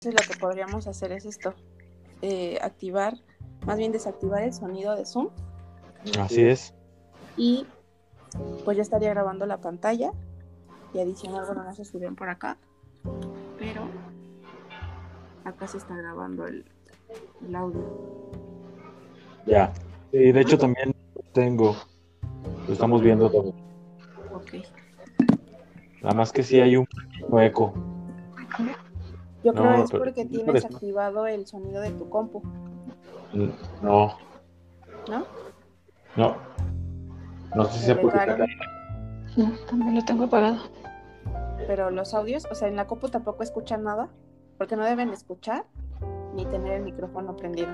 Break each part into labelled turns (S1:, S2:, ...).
S1: Entonces lo que podríamos hacer es esto, eh, activar, más bien desactivar el sonido de Zoom
S2: Así es.
S1: y pues yo estaría grabando la pantalla y adicional, bueno, no sé si ven por acá, pero acá se está grabando el, el audio.
S2: Ya. Y de hecho también tengo. Lo estamos viendo todo.
S1: Ok.
S2: Nada más que sí hay un eco.
S1: Yo
S2: No,
S1: creo que es
S2: pero-
S1: porque
S2: pero
S1: tienes
S2: es-
S1: activado el sonido de tu compu,
S2: No,
S1: ¿no?
S2: no. No sé si sea
S1: Pero
S2: porque
S1: claro.
S3: No, también lo tengo apagado.
S1: Pero los audios, o sea, en la compu tampoco escuchan nada, porque no deben escuchar ni tener el micrófono prendido.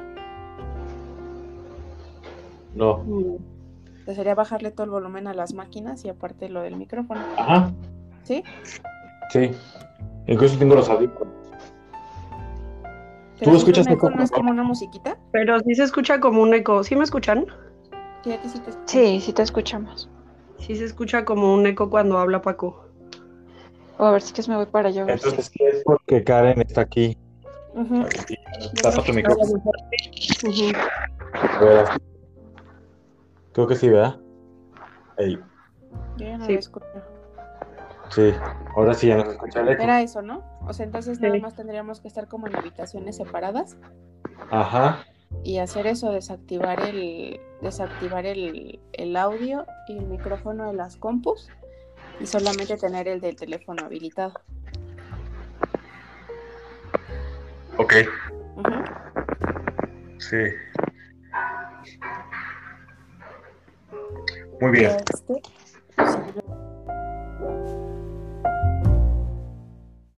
S2: no.
S4: Mm,
S1: Entonces sería bajarle todo el volumen a las máquinas y aparte lo del micrófono,
S2: Ajá.
S1: ¿sí?
S2: Sí. Incluso tengo los audífonos. ¿Tú escuchas
S1: mejor?
S2: mejor?
S1: ¿No es como una musiquita?
S4: Pero sí se escucha como un eco. ¿Sí me escuchan?
S1: Sí, a ti sí te escucho.
S3: Sí, sí te escuchamos.
S4: Sí se escucha como un eco cuando habla Paco.
S3: O a ver si que me voy para allá. a ver si-
S2: Entonces, ¿qué es porque Karen está aquí? pues,
S1: Ujú.
S2: Tapa tu micrófono.
S4: Ujú.
S2: A ver, así. Creo que sí, ¿verdad? Ahí.
S1: Yo ya no
S4: Sí.
S1: lo escucho.
S2: Sí. Ahora sí ya nos escucha el eco.
S1: Era eso, ¿no? O sea, entonces
S4: Sí.
S1: nada más tendríamos que estar como en habitaciones separadas
S2: Ajá.
S1: y hacer eso, desactivar el desactivar el, el audio y el micrófono de las compus y solamente tener el del teléfono habilitado.
S2: Ok.
S1: Ujú.
S2: Sí. Muy
S1: Este,